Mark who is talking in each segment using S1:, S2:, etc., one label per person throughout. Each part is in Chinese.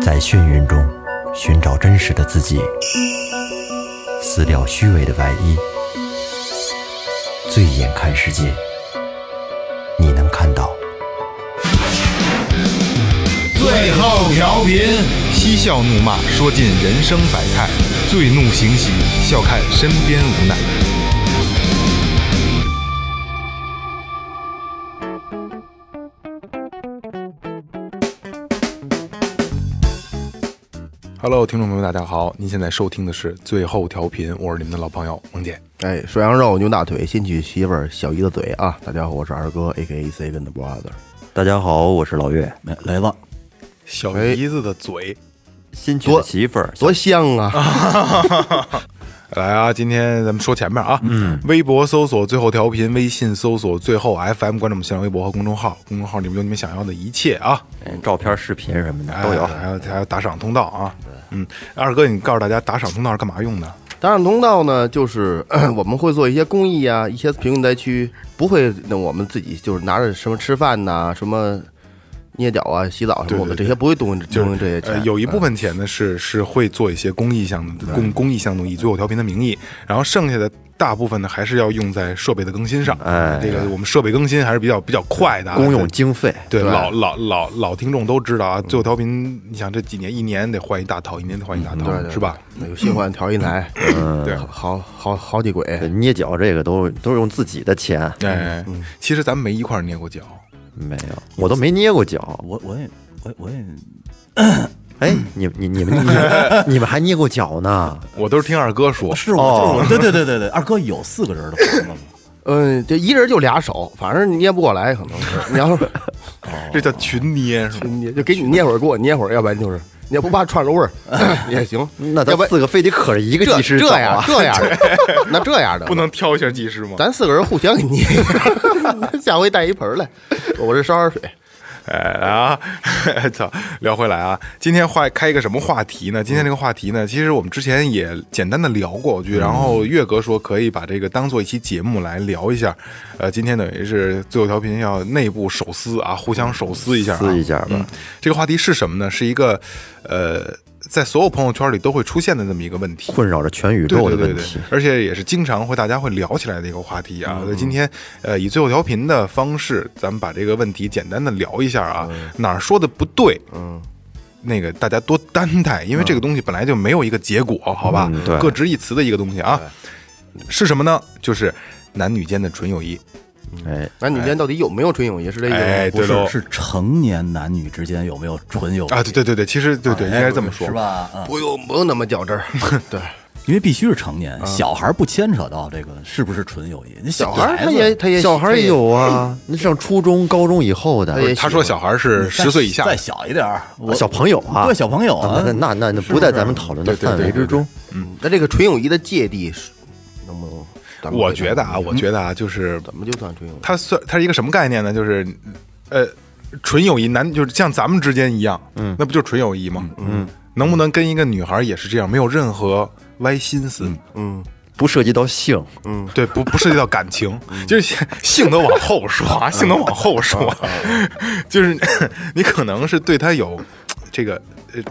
S1: 在眩晕中寻找真实的自己，撕掉虚伪的外衣，醉眼看世界，你能看到。
S2: 最后调频，
S3: 嬉笑怒骂，说尽人生百态；醉怒行喜，笑看身边无奈。Hello，听众朋友们，大家好！您现在收听的是最后调频，我是你们的老朋友萌姐。
S4: 哎，涮羊肉、牛大腿、新娶媳妇儿、小姨子嘴啊！大家好，我是二哥，A K A C 跟的 brother。
S1: 大家好，我是老岳。
S4: 来来了，
S3: 小
S4: 哎
S3: 姨子的嘴，
S1: 新娶的
S4: 多
S1: 媳妇儿，
S4: 多香啊！
S3: 来啊！今天咱们说前面啊，嗯，微博搜索最后调频，微信搜索最后 FM，关注我们新浪微博和公众号，公众号里面有你们想要的一切啊，
S1: 嗯照片、视频什么的都有
S3: 哎。还有还有打赏通道啊，嗯，二哥，你告诉大家打赏通道是干嘛用的？
S4: 打赏通道呢，就是 咳我们会做一些公益啊，一些贫困灾区不会，那我们自己就是拿着什么吃饭呐、什么捏脚啊、洗澡什
S3: 对
S4: 么
S3: 对
S4: 的，
S3: 对
S4: 这些不会动
S3: 就
S4: 动
S3: 是
S4: 用这些
S3: 呃
S4: 钱。
S3: 有一部
S4: 嗯
S3: 分钱呢是是会做一些公益项的公公益项目，以最后调频的名义，然后剩下的大部分呢还是要用在设备的更新上。
S1: 哎
S3: 这个我们设备更新还是比较比较快的啊，
S1: 公用
S3: 对
S1: 经费，
S3: 对，
S4: 对
S3: 老老老老听众都知道啊，最后调频，你想这几年一年得换一大套，一年得换一大套，
S4: 对对
S3: 是吧？？
S4: 对有新换调音台，嗯，
S3: 对
S4: 好好好好几轨，
S1: 对捏脚这个都都是用自己的钱，
S3: 哎，其实咱们没一块儿捏过脚，
S1: 没有，我都没捏过脚。
S5: 我我也我我也
S1: 哎，你你你们你们 你们还捏过脚呢？
S3: 我都是听二哥说，
S5: 是我、
S1: 哦
S5: 就是我，对对对对对，二哥有四个人的房子吗？
S4: 嗯，这一人就俩手，反正捏不过来，可能是。你要是
S3: 这叫群捏是吧？
S4: 捏就 给你捏会儿，给我捏会儿，要不然就是你要不怕串着味儿 也行。
S3: 嗯
S1: 那
S4: 要
S1: 咱
S4: 不然
S1: 四个非得可着一个
S4: 这
S1: 技师
S4: 这
S1: 走
S4: 样
S1: 啊？
S4: 这样的，那这样的
S3: 不，能挑一下技师吗？
S4: 咱四个人互相给捏， 下回带一盆儿来，我这烧点水。
S3: 哎啊， 操！聊回来啊，今天话开一个什么话题呢？今天这个话题呢，其实我们之前也简单的聊过，我觉得。然
S1: 嗯
S3: 后岳哥说可以把这个当做一期节目来聊一下。呃，今天等于是最后调频要内部手撕啊，互相手撕一下、啊，
S1: 撕一下吧
S3: 嗯这个话题是什么呢？是一个呃，在所有朋友圈里都会出现的这么一个问题。
S1: 困扰着全宇
S3: 对
S1: 宙的
S3: 对对
S1: 问
S3: 对
S1: 题，，
S3: 而且也是经常会大家会聊起来的一个话题啊。所以今天呃，以最后调频的方式，咱们把这个问题简单的聊一下啊，哪儿说的不对，嗯。那个大家多担待，因为这个东西本来就没有一个结果，好吧？
S1: 嗯对
S3: 各执一词的一个东西啊，是什么呢？就是男女间的纯友谊。
S1: 哎，
S4: 男女间到底有没有纯友谊？是这意思
S3: 哎，
S4: 吗？
S5: 不
S3: 对
S5: 是
S3: 喽，
S5: 是成年男女之间有没有纯友谊
S3: 啊，对对对对，其实对对，应该这么说
S5: 哎是？吧？嗯，
S4: 不用不用那么较真儿，对，
S5: 因为必须是成年，小孩不牵扯到这个是不是纯友谊。那
S4: 小孩儿
S5: 孩
S4: 他
S5: 子
S4: 也他也
S1: 小孩
S4: 他
S1: 儿也有啊，那上初中、高中以后的
S4: 他也
S3: 他说小孩是
S5: 再
S3: 十岁以下
S5: 嗯再小一点儿，我
S1: 小朋友啊，
S5: 对小朋友啊
S1: 那那那那不在咱们讨论的范围之中。
S4: 嗯，那这个纯友谊的芥蒂是能不能？咱们
S3: 我
S4: 给他
S3: 觉得啊，我觉得啊，就是
S4: 怎么就算纯友谊？
S3: 它算它是一个什么概念呢？就是，呃，纯友谊男就是像咱们之间一样，嗯，那不就是纯友谊吗？嗯，能不能跟一个女孩也是这样，没有任何歪心思？
S1: 不涉及到性，
S3: 对，不不涉及到感情，就是 性性都往后说啊，性都往后说， 就是你可能是对她有这个呃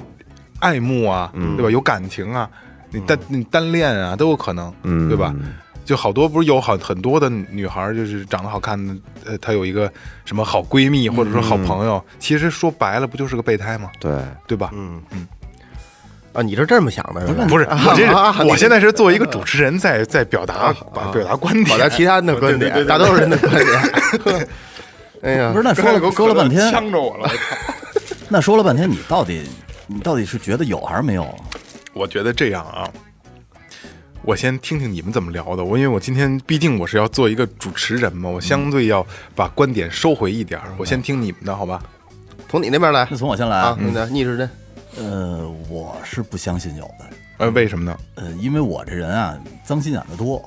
S3: 爱慕啊，对吧？有感情啊，你单你单恋啊都有可能，对吧？就好多不是有好很多的女孩儿，就是长得好看的，呃，她有一个什么好闺蜜或者说好朋友，其实说白了不就是个备胎吗？
S1: 对，
S3: 对吧？
S4: 啊，你是这么想的？是吧
S3: 不是，我这
S4: 啊啊
S3: 是
S4: 你
S3: 我现在是作为一个主持人在在表达表达 观
S4: 表
S3: 点
S4: 达，其他人的观点，大多数人的观点。 哎呀
S5: 不， 是那说了说了半天，
S3: 呛着我了。
S5: 那说了半天，你到底你到底是觉得有还是没有？
S3: 我觉得这样啊，我先听听你们怎么聊的。我因为我今天毕竟我是要做一个主持人嘛，我相对要把观点收回一点儿。我先听你们的好吧？
S4: 从你那边来
S5: 那从我先来
S4: 啊，你的逆时针，
S5: 呃，我是不相信有的。
S3: 呃，为什么呢？
S5: 呃，因为我这人啊，脏心眼子多，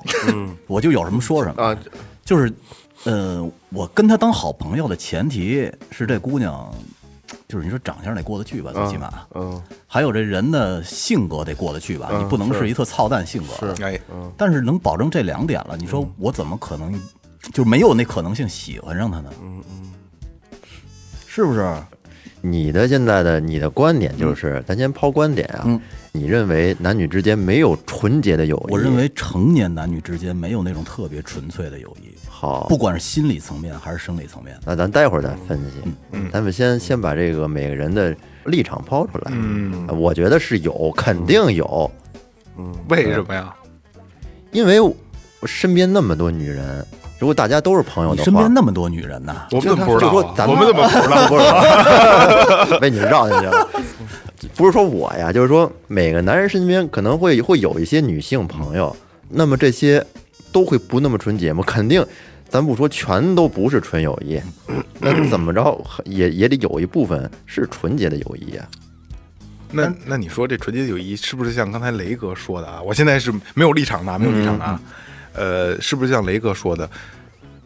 S5: 我就有什么说什么
S4: 啊，
S5: 就是，呃，我跟她当好朋友的前提是这姑娘，就是你说长相得过得去吧，最起码，
S4: 嗯，
S5: 还有这人的性格得过得去吧，你不能是一特操蛋性格，
S4: 是
S3: 哎，
S5: 但是能保证这两点了，你说我怎么可能就没有那可能性喜欢上她呢？嗯嗯，是不是？
S1: 你的现在的你的观点就是，咱先抛观点啊，你认为男女之间没有纯洁的友谊？
S5: 我认为成年男女之间没有那种特别纯粹的友谊，
S1: 好，
S5: 不管是心理层面还是生理层面。
S1: 那咱待会儿再分析，咱们先先把这个每个人的立场抛出来。
S3: 嗯，
S1: 我觉得是有，肯定有，
S3: 为什么呀？
S1: 因为我身边那么多女人，如果大家都是朋友
S5: 你
S1: 的话，
S5: 身边那么多女人呐，
S3: 我们怎么不知
S1: 就
S3: 道啊？
S1: 说咱
S3: 我们怎么
S1: 不知 道？不知道，被你们绕进去了。 不是说我呀，就是说每个男人身边可能会会有一些女性朋友，那么这些都会不那么纯洁吗？肯定，咱不说全都不是纯友谊，那怎么着也也得有一部分是纯洁的友谊啊。
S3: 那那你说这纯洁友谊是不是像刚才雷哥说的啊？我现在是没有立场的啊，没有立场的啊。呃，是不是像雷哥说的，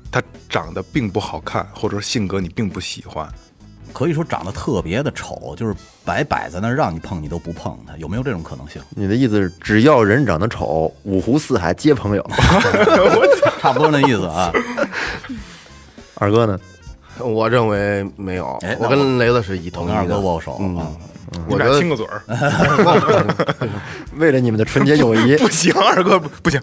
S3: 他长得并不好看，或者说性格你并不喜欢？
S5: 可以说长得特别的丑，就是摆摆在那儿让你碰你都不碰它，有没有这种可能性？
S1: 你的意思是，只要人长得丑，五湖四海皆朋友。
S5: 差不多那意 思啊。
S1: 二哥呢？
S4: 我认为没有
S5: 哎，那
S4: 我跟雷子是一
S5: 我
S4: 同
S5: 跟二
S4: 意
S5: 哥
S4: 的。嗯
S5: 握手啊，
S3: 你
S4: 我
S3: 们
S4: 觉
S3: 俩
S4: 得
S3: 亲个嘴儿，
S1: 为了你们的纯洁友谊，
S3: 不行，二哥不不行，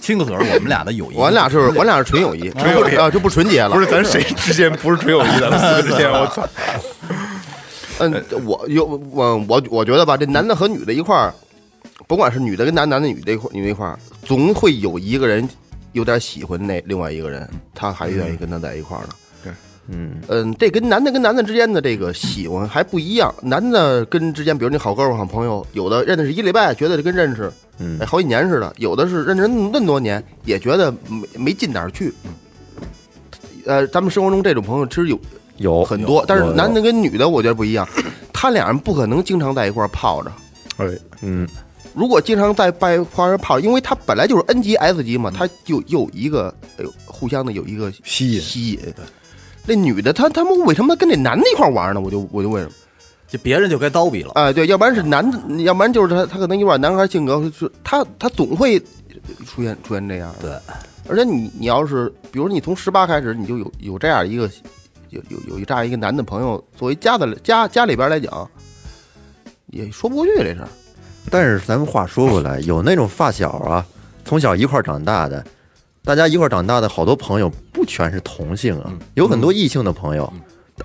S5: 亲个嘴儿，我们俩的友谊，
S4: 我们俩是，我俩是纯 友谊，纯友谊啊，就不纯洁了。
S3: 不是咱谁之间不 是纯友谊，咱们四个之间，我操，
S4: 嗯，我有我我我觉得吧，这男的和女的一块儿，甭管是女的跟男男的女的一块女的一块儿，总会有一个人有点喜欢那另外一个人，他还愿意跟他在一块儿呢。
S3: 对，
S1: 嗯
S4: 嗯，这跟男的跟男的之间的这个喜欢还不一样，男的跟之间，比如你好哥们儿、好朋友，有的认识一礼拜，觉得这跟认识
S1: 嗯
S4: 哎好几年似的；有的是认识那么多年，也觉得没没进哪儿去。呃，咱们生活中这种朋友其实有
S1: 有
S4: 很多，但是
S1: 有有
S4: 男的跟女的我觉得不一样，他俩人不可能经常在一块儿泡着。
S3: 哎，
S1: 嗯
S4: 如果经常在拜花儿泡，因为他本来就是 N 级 S 级
S1: 嗯
S4: 嘛，他就有一个哎呦，互相的有一个
S3: 吸引
S4: 吸引。那女的她他们为什么跟这男的一块儿玩呢？我就我就问了，
S5: 就别人就该叨逼了。
S4: 哎、对，要不然是男的，要不然就是他他可能有点男孩性格，是他他总会出现出现这样的。
S5: 对，
S4: 而且你你要是，比如你从十八开始，你就有有这样一个有有有这样一个男的朋友作为家的家家里边来讲，也说不过去这事儿。
S1: 但是咱们话说回来，有那种发小啊，从小一块儿长大的，大家一块儿长大的好多朋友，不全是同性啊，有很多异性的朋友，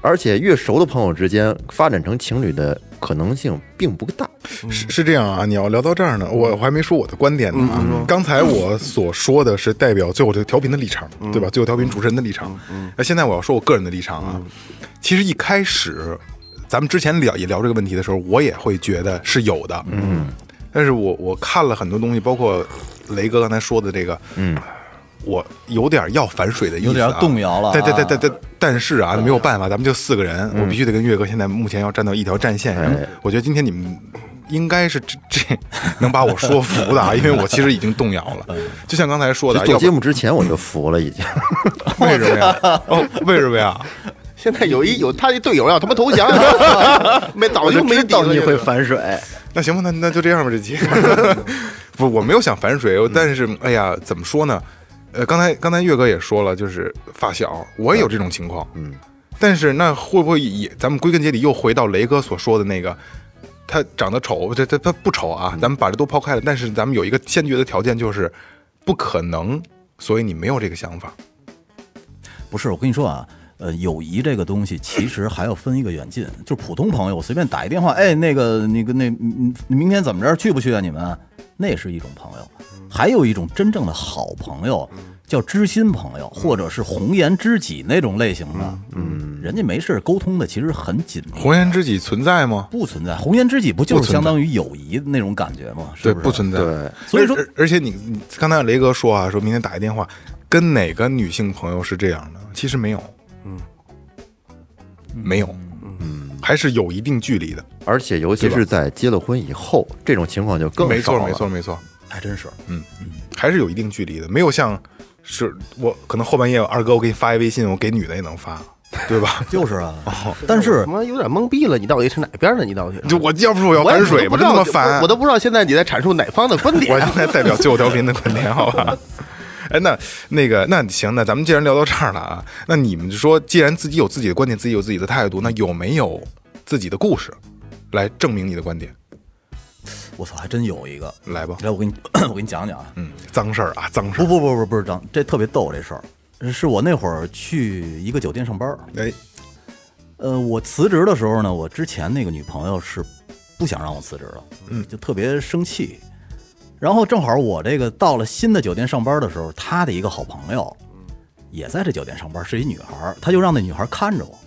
S1: 而且越熟的朋友之间发展成情侣的可能性并不大。
S3: 是是这样啊，你要聊到这儿呢，我我还没说我的观点呢、啊。刚才我所说的是代表最后调频的立场，对吧？最后调频主持人的立场。那现在我要说我个人的立场啊。其实一开始，咱们之前聊也聊这个问题的时候，我也会觉得是有的。嗯，但是我我看了很多东西，包括雷哥刚才说的这个，嗯，我有点要反水的意思、啊，
S5: 有点动摇了啊
S3: 对对对对对，但是啊，没有办法，咱们就四个人，
S1: 嗯
S3: 我必须得跟岳哥现在目前要站到一条战线上。
S1: 哎
S3: 我觉得今天你们应该是这这能把我说服的啊，因为我其实已经动摇了。就像刚才说的，
S1: 嗯做
S3: 要
S1: 节
S3: 不
S1: 目之前我就服了，已经。
S3: 为什 么呀？哦，为什么呀？
S4: 现在有一有他的队友要他妈投降，没早就没
S1: 知
S4: 底
S1: 道
S4: 了
S1: 你
S4: 这
S1: 会
S4: 个
S1: 反水，
S3: 那行吧，那那就这样吧，这期。 不，我没有想反水，但是哎呀，怎么说呢？呃，刚才刚才岳哥也说了，就是发小，我也有这种情况。嗯，但是那会不会也，咱们归根结底又回到雷哥所说的那个，他长得丑，这这他不丑啊，咱们把这都抛开了。但是咱们有一个先决的条件，就是不可能，所以你没有这个想法。
S5: 不是，我跟你说啊，呃，友谊这个东西其实还要分一个远近，就是普通朋友，我随便打一电话，哎，那个那个那嗯明天怎么着去不去啊？你们那也是一种朋友，
S3: 嗯
S5: 还有一种真正的好朋友。叫知心朋友，或者是红颜知己那种类型的，嗯，人家没事儿沟通的其实很紧密，
S3: 红颜知己存在吗？
S5: 不存在红颜知己，不就
S3: 不
S5: 是
S3: 存在
S5: 相当于友谊的那种感觉吗？是
S3: 对，
S5: 不
S3: 不
S5: 是
S3: 存在。
S1: 对，
S5: 所以说
S3: 而，而且你你刚才雷哥说啊，说明天打一电话，跟哪个女性朋友是这样的？其实没有，嗯，没有，嗯，还是有一定距离的。
S1: 而且尤其是在结了婚以后，这种情况就更
S3: 没
S1: 少
S3: 错，
S1: 了
S3: 没错，，没错，
S5: 还哎真是？
S3: 还是有一定距离的。没有像是我可能后半夜二哥，我给你发一微信，我给女的也能发，对吧
S5: 就是啊，
S3: 哦
S5: 但是
S4: 他妈有点懵逼了，你到底是哪边的？你到底是
S3: 就我要不是我要
S4: 我也
S3: 反水，
S4: 不
S3: 我
S4: 知
S3: 真
S4: 道
S3: 他妈
S4: 我
S3: 烦，
S4: 我都不知道现在你在阐述哪方的 观
S3: 我
S4: 点。
S3: 现在代表最后调频的观点，好吧？ 哎，那那个，那行，那咱们既然聊到这儿了啊，那你们就说，既然自己有自己的观点，自己有自己的态度，那有没有自己的故事来证明你的观点？
S5: 我操，还真有一个。
S3: 来吧，
S5: 来，我给你， 我给你讲讲啊。
S3: 嗯，脏事儿啊，脏事
S5: 不
S3: 儿，
S5: 不不不不是张，这特别逗这事儿，是我那会儿去一个酒店上班儿，
S3: 哎，
S5: 呃，我辞职的时候呢，我之前那个女朋友是不想让我辞职的，嗯，就特别生气。然后正好我这个到了新的酒店上班的时候，她的一个好朋友也在这酒店上班，是一女孩儿，她就让那女孩儿看着我。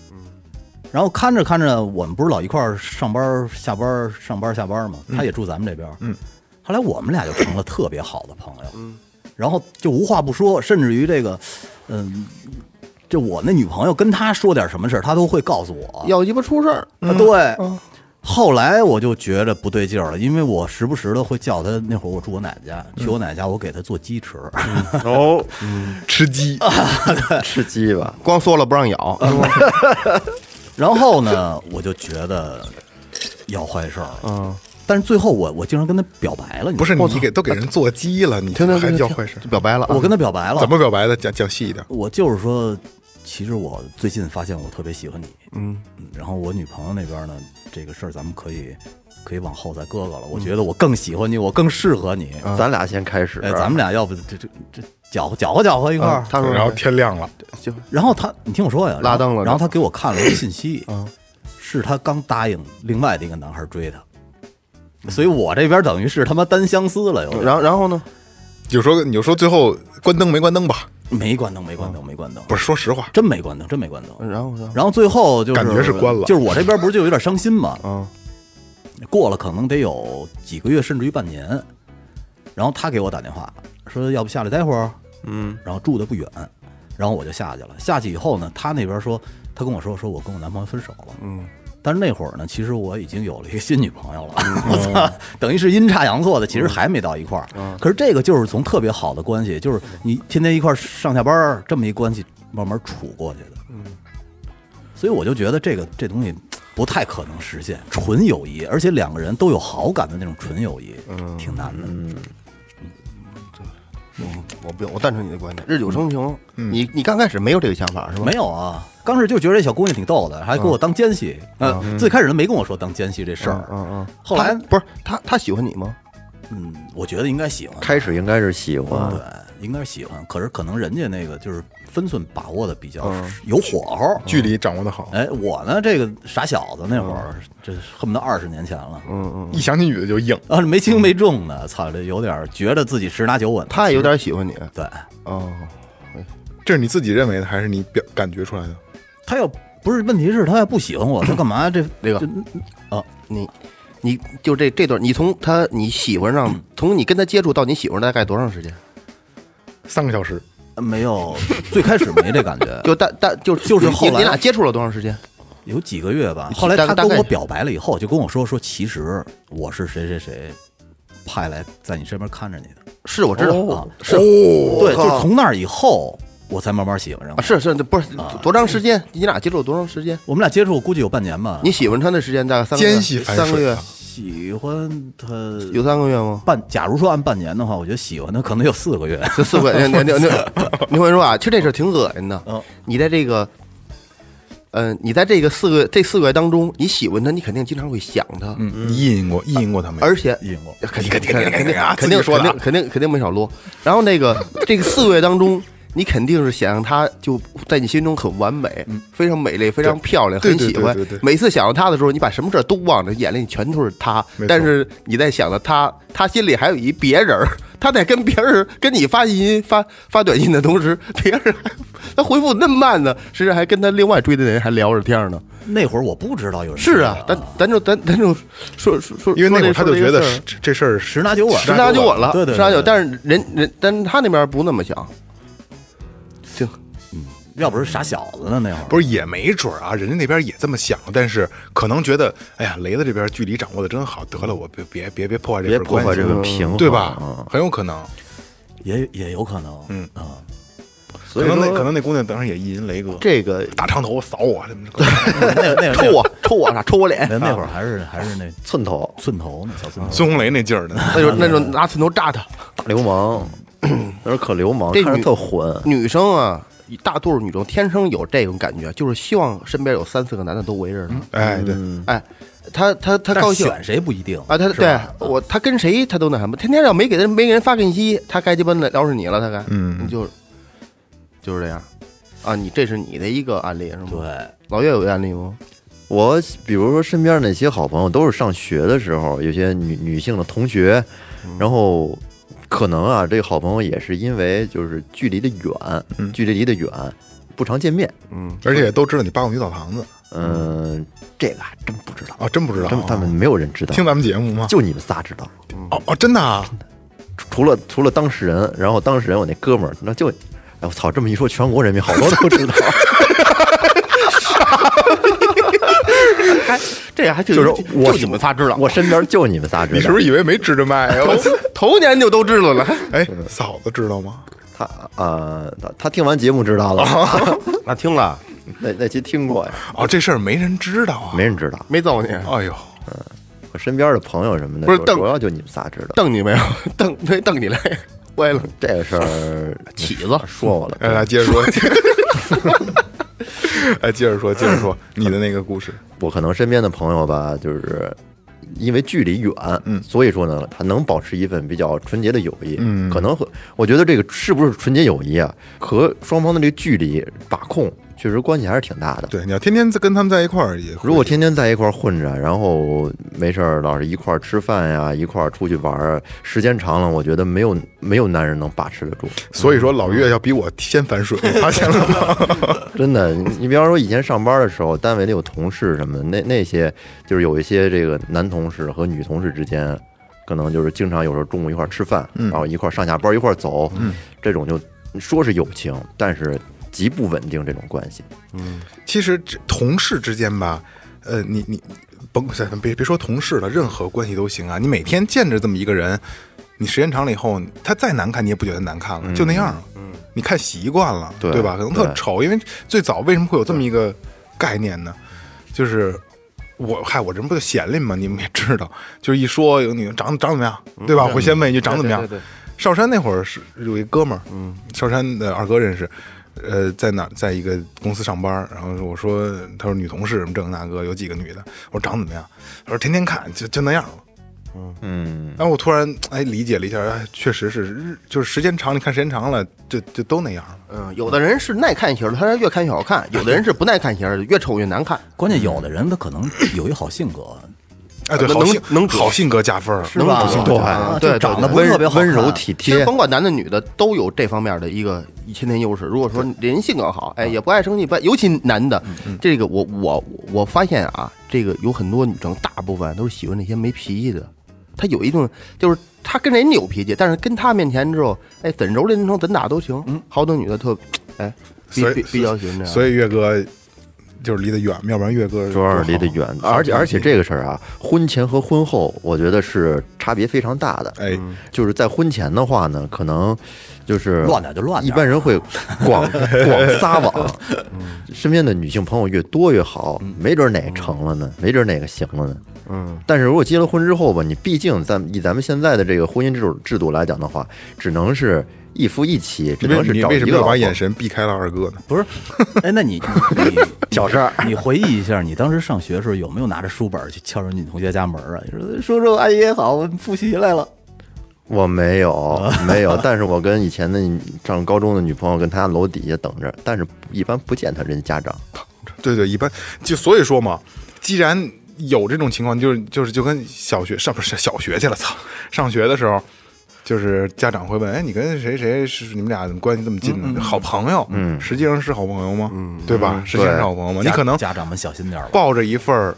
S5: 然后看着看着，我们不是老一块儿上班、下班、上班、下班吗？她也住咱们这边。嗯，后来我们俩就成了特别好的朋友。嗯，然后就无话不说，甚至于这个，嗯、就我那女朋友跟她说点什么事儿，她都会告诉我。
S4: 要鸡巴出事儿，
S5: 啊，
S3: 嗯
S5: 对。后来我就觉着不对劲儿了，因为我时不时的会叫她。那会儿我住我奶奶家，
S3: 嗯
S5: 去我奶奶家，我给她做鸡吃。
S1: 哦，
S3: 吃鸡，
S1: 吃鸡吧，
S4: 光说了不让咬，
S5: 然后呢，我就觉得要坏事儿。嗯，但是最后我我竟然跟她表白了，你知道吗
S3: 不是你给都给人做鸡了，你
S4: 听听
S3: 还
S4: 听
S3: 要
S4: 听，
S3: 坏事儿？
S4: 就表白了啊，
S5: 我跟她表白了，
S3: 怎么表白的？讲讲细一点。
S5: 我就是说，其实我最近发现我特别喜欢你，嗯，然后我女朋友那边呢，这个事儿咱们可以可以往后再搁搁
S3: 嗯
S5: 了。我觉得我更喜欢你，我更适合你。
S1: 咱俩先开始。啊
S5: 哎，咱们俩啊要不这这这搅和搅和搅和一块儿。
S4: 他说
S3: 然后天亮了，
S5: 然后他，你听我说呀，
S4: 拉登了嗯
S5: 然后他给我看了一个信息，是他刚答应另外的一个男孩追他，所以我这边等于是他妈单相思了，有点
S4: 然后然后呢？
S3: 就说你就说最后关灯没关灯吧？
S5: 没关灯，没关灯，没关灯，
S3: 不是，说实话，
S5: 真没关灯，真没关灯。
S4: 然后然后
S5: 然后最后就是
S3: 感觉是关了
S5: 就是我这边不是就有点伤心嘛，
S4: 嗯，
S5: 过了可能得有几个月，甚至于半年，然后他给我打电话说要不下来待会儿，嗯，然后住的不远，然后我就下去了。下去以后呢，他那边说他跟我说说我跟我男朋友分手了，嗯。但是那会儿呢，其实我已经有了一个新女朋友了，
S3: 嗯
S5: 我操，等于是阴差阳错的，其实还没到一块儿。
S3: 嗯
S5: 可是这个就是从特别好的关系，就是你天天一块儿上下班儿这么一关系，慢慢处过去的。所以我就觉得这个这东西不太可能实现纯友谊，而且两个人都有好感的那种纯友谊，
S4: 嗯
S5: 挺难的。
S4: 我不我赞成你的观点，日久生情。
S3: 嗯
S4: 你你刚开始没有这个想法是吧？
S5: 没有啊，刚开始就觉得这小姑娘挺逗的，还给我当奸细。呃，最开始她没跟我说当奸细这事儿，
S4: 嗯嗯，
S5: 后
S4: 他
S5: 来
S4: 不是他他喜欢你吗？
S5: 嗯，我觉得应该喜欢，
S1: 开始应该是喜欢
S3: 啊
S5: 对，，应该是喜欢。可是可能人家那个就是分寸把握的比较
S4: 嗯
S5: 有火候。
S3: 距离掌握的好，
S5: 哎，我呢这个傻小子那会
S4: 嗯
S5: 儿，这恨不得二十年前了。
S3: 一想起女的就硬。
S5: 啊，没轻没重的，操，这有点儿觉得自己十拿九稳。
S4: 他也有点喜欢你
S5: 对，
S4: 哦，
S3: 这是你自己认为的，还是你表感觉出来的？
S5: 他要不是问题是他要不喜 欢我，他干嘛这
S4: 这个
S5: 这啊？
S4: 你你就这这段，你从他你喜欢上，从你跟他接触到你喜欢大概多长时间？
S3: 三个小时，
S5: 呃没有，最开始没这感觉，
S4: 就大大就
S5: 就是后来
S4: 你你俩接触了多长时间？
S5: 有几个月吧。
S4: 你
S5: 后来
S4: 大
S5: 他
S4: 大
S5: 跟
S4: 概
S5: 我表白了以后，就跟我说说，其实我是谁谁谁派来在你身边看着你的。
S4: 是我知道啊，
S5: 哦
S4: 是
S5: 对，就
S4: 靠
S5: 从那儿以后，我才慢慢喜欢上
S4: 啊
S5: 他。
S4: 是是，不是
S5: 啊
S4: 多长时间？你俩接触了多长时间？
S5: 我们俩接触估计有半年吧。
S4: 你喜欢他的时间大概三个月
S3: 奸细反
S4: 三个
S3: 水
S4: 月
S3: 啊
S5: 喜欢他
S4: 有三个月吗？
S5: 半，假如说按半年的话，我觉得喜欢他可能有四个月。
S4: 这四个月，你你 你你会说啊，其实这事儿挺恶心的
S5: 嗯。
S4: 你在这个，嗯、你在这个四个这四个月当中，你喜欢他，你肯定经常会想他，
S5: 嗯
S3: 嗯你意淫过，意淫过他没有？
S4: 而且
S5: 引过
S4: 肯定
S3: 肯定肯定
S4: 肯定
S3: 啊
S4: 肯
S3: 自己
S4: 定
S3: 说的啊
S4: 肯定肯定肯定没少撸。然后 那个这个四个月当中。你肯定是想让他就在你心中很完美，非常美丽，非常漂亮，
S3: 嗯对
S4: 很
S3: 对
S4: 喜欢
S3: 对对对。
S4: 每次想到他的时候，你把什么事儿都忘了，眼里全都是他
S3: 没错。
S4: 但是你在想着他，他心里还有一别人儿，他在跟别人跟你发语音发发短信的同时，别人还他回复那么慢呢，甚至还跟他另外追的人还聊着天儿呢。
S5: 那会儿我不知道有人
S4: 是
S5: 追
S4: 啊，
S5: 我
S4: 咱咱就咱咱就说说说，
S3: 因为那会儿他
S4: 说
S3: 就觉
S4: 这说
S3: 得
S4: 这个事儿
S3: 是这这事儿
S5: 十拿九稳，
S3: 啊
S4: 十拿九稳了，
S5: 对对对
S4: 十拿九。
S5: 对
S4: 但是人人，但是他那边不那么想，就
S5: 要不是傻小子呢那会儿。
S3: 不是也没准儿啊，人家那边也这么想，但是可能觉得，哎呀，雷子这边距离掌握的真好，得了，我别别别别破坏这
S1: 别
S3: 份
S1: 破
S3: 关
S1: 坏
S3: 系
S1: 这个平衡，
S3: 对吧
S1: 嗯？
S3: 很有可能，
S5: 也也有可能，
S3: 嗯
S5: 啊，
S1: 所
S3: 可
S1: 以
S3: 能那
S1: 说
S3: 可能那姑娘当时也意淫雷哥，
S4: 这个
S3: 大长头扫我什么的，
S5: 那那 那
S4: 抽我抽我啥抽我 脸，
S5: 那那会儿还是还是那
S1: 寸头
S5: 寸头呢，小寸 头，
S3: 孙红雷那劲儿的，
S4: 那就那就拿寸头扎他，
S1: 大流氓，那时候可流氓，
S4: 这
S1: 看着
S4: 女
S1: 特混。
S4: 女生啊，一大多数女生天生有这种感觉，就是希望身边有三四个男的都围着她。
S3: 哎，对，
S4: 哎，她她她
S5: 嗯但
S4: 高
S5: 是
S4: 兴
S5: 选谁不一定
S4: 啊，她
S5: 是
S4: 对
S5: 吧
S4: 我，她跟谁她都那什么，天天要没给她没给人发信息，她该鸡巴的聊是你了，她该，
S3: 嗯
S4: 你就就是这样啊，你这是你的一个案例是吗？，
S5: 对，
S4: 老岳有案例吗？
S1: 我比如说身边那些好朋友，都是上学的时候，有些女女性的同学，
S4: 嗯
S1: 然后可能啊，这个好朋友也是因为就是距离的远，
S3: 嗯
S1: 距离离得远，不常见面。
S4: 嗯，
S3: 而且也都知道你扒过女澡堂子
S1: 嗯，这个还真不知道，
S3: 啊，真不知道
S1: 真
S3: 啊，
S1: 他们没有人知道，
S3: 听咱们节目吗？
S1: 就你们仨知道，
S3: 哦哦，真的啊，
S1: 除了除了当事人，然后当事人我那哥们儿，那就，哎我操，这么一说，全国人民好多都知道，
S4: 还这还挺
S1: 就是我
S4: 就你们仨知道，
S1: 我身边就你们仨知
S3: 你是
S1: 道
S3: 不。是以为没支着麦 呀？我操
S4: 头年就都知道了，
S3: 哎，嫂子知道吗？
S1: 他啊，他他听完节目知道了，
S4: 哦那听了
S1: 那那期听过呀，
S3: 哦，这事儿没人知道啊，
S1: 没人知道。
S4: 没揍你？
S3: 哎呦，
S1: 我身边的朋友什么的，
S4: 不是
S1: 主
S4: 邓
S1: 主要就你们仨知道
S4: 瞪你没有？瞪没瞪你来？歪了，
S1: 这个事儿。
S4: 起子
S1: 说我了，
S3: 哎，来接 着说，哎，接着说，接着 说你的那个故事，
S1: 我可能身边的朋友吧，就是因为距离远，嗯，所以说呢，他能保持一份比较纯洁的友谊，嗯，可能和我觉得这个是不是纯洁友谊啊，和双方的这个距离把控，确实关系还是挺大的。
S3: 对，你要天天跟他们在一块儿也会，
S1: 如果天天在一块儿混着，然后没事儿老是一块儿吃饭呀，一块儿出去玩儿，时间长了，我觉得没有没有男人能把持得住。
S3: 所以说老岳要比我先反水，你发现了吗？
S1: 真的，你你比方说以前上班的时候，单位里有同事什么的，那那些就是有一些这个男同事和女同事之间，可能就是经常有时候中午一块儿吃饭，然后一块儿上下班一块儿走，这种就说是友情，但是极不稳定这种关系。
S3: 其实这同事之间吧，呃，你你甭咱别别说同事了，任何关系都行啊。你每天见着这么一个人，你时间长了以后，他再难看你也不觉得难看了，就那样了。嗯，你看习惯了，
S1: 对
S3: 吧？可能特
S1: 对
S3: 丑，因为最早为什么会有这么一个概念呢？就是。我嗨，我这不就闲哩嘛？你们也知道，就是一说有女的长嗯长怎么样，对吧？会先问一句长怎么样。
S4: 对对对
S3: 少山那会儿是有一哥们儿，嗯，少山的二哥认识，呃，在哪儿在一个公司上班儿，然后我说他说女同事什么这个那个有几个女的，我说长得怎么样？他说天天看就就那样了。
S1: 嗯，
S3: 然后我突然哎理解了一下，哎，确实是日就是时间长，你看时间长了就就都那样了。
S4: 嗯，有的人是耐看型的，他是越看越好看；有的人是不耐看型的，越丑越难看。
S5: 关键有的人他可能有一好性格，
S3: 哎，
S1: 啊
S3: 对，
S4: 能
S3: 好性
S4: 能
S3: 好性格加分儿，
S5: 是吧？
S4: 能
S1: 对
S5: 啊
S4: 对
S5: 就长得不
S1: 温
S5: 是特别好看
S1: 温柔体
S4: 其实
S1: 贴，
S4: 甭管男的女的，都有这方面的一个先天优势。如果说人性格好，
S3: 嗯
S4: 哎，也不爱生气，不爱尤其男的，这个我我我发现啊，这个有很多女生，大部分都是喜欢那些没脾气的。她有一种就是她跟人家有脾气，但是跟她面前之后，哎，怎揉这人头怎打都行。好多女的特，哎，比
S3: 嗯所以
S4: 比比较喜欢这样。
S3: 所以岳哥就是离得远，要不然岳哥
S1: 啊主要是离得远，而且而且这个事儿啊，婚前和婚后，我觉得是差别非常大的。
S3: 哎，
S1: 就是在婚前的话呢，可能就是
S5: 乱点就乱
S1: 一
S5: 点
S1: 般人会 广广撒网，
S3: 嗯
S1: 身边的女性朋友越多越好，没准哪个成了
S3: 嗯
S1: 呢，没准哪个行了呢。嗯，但是如果结了婚之后吧，你毕竟咱以咱们现在的这个婚姻制度制度来讲的话，只能是一夫一妻，只
S3: 你为
S1: 能是
S3: 你
S1: 找
S3: 为
S1: 一
S3: 什
S1: 个
S3: 么要
S1: 老
S3: 把
S1: 婆
S3: 眼神避开了二哥呢？
S5: 不是，哎，那你你
S1: 小事儿，
S5: 你回忆一下，你当时上学的时候有没有拿着书本儿去敲人女同学家门儿啊？你说叔叔阿姨好，我复习来了。
S1: 我没 有没有，但是我跟以前的上高中的女朋友跟她楼底下等着，但是一般不见她人家长。
S3: 对对，一般就所以说嘛，既然有这种情况，就是就是就跟小学上不是小学去了，操， 上学的时候。就是家长会问，哎，你跟谁谁是你们俩怎么关系这么近呢？好朋友，嗯，实际上是好朋友吗？嗯，对吧？实际上是好朋友吗？你
S5: 家
S3: 可能
S5: 家长们小心点儿吧。
S3: 抱着一份儿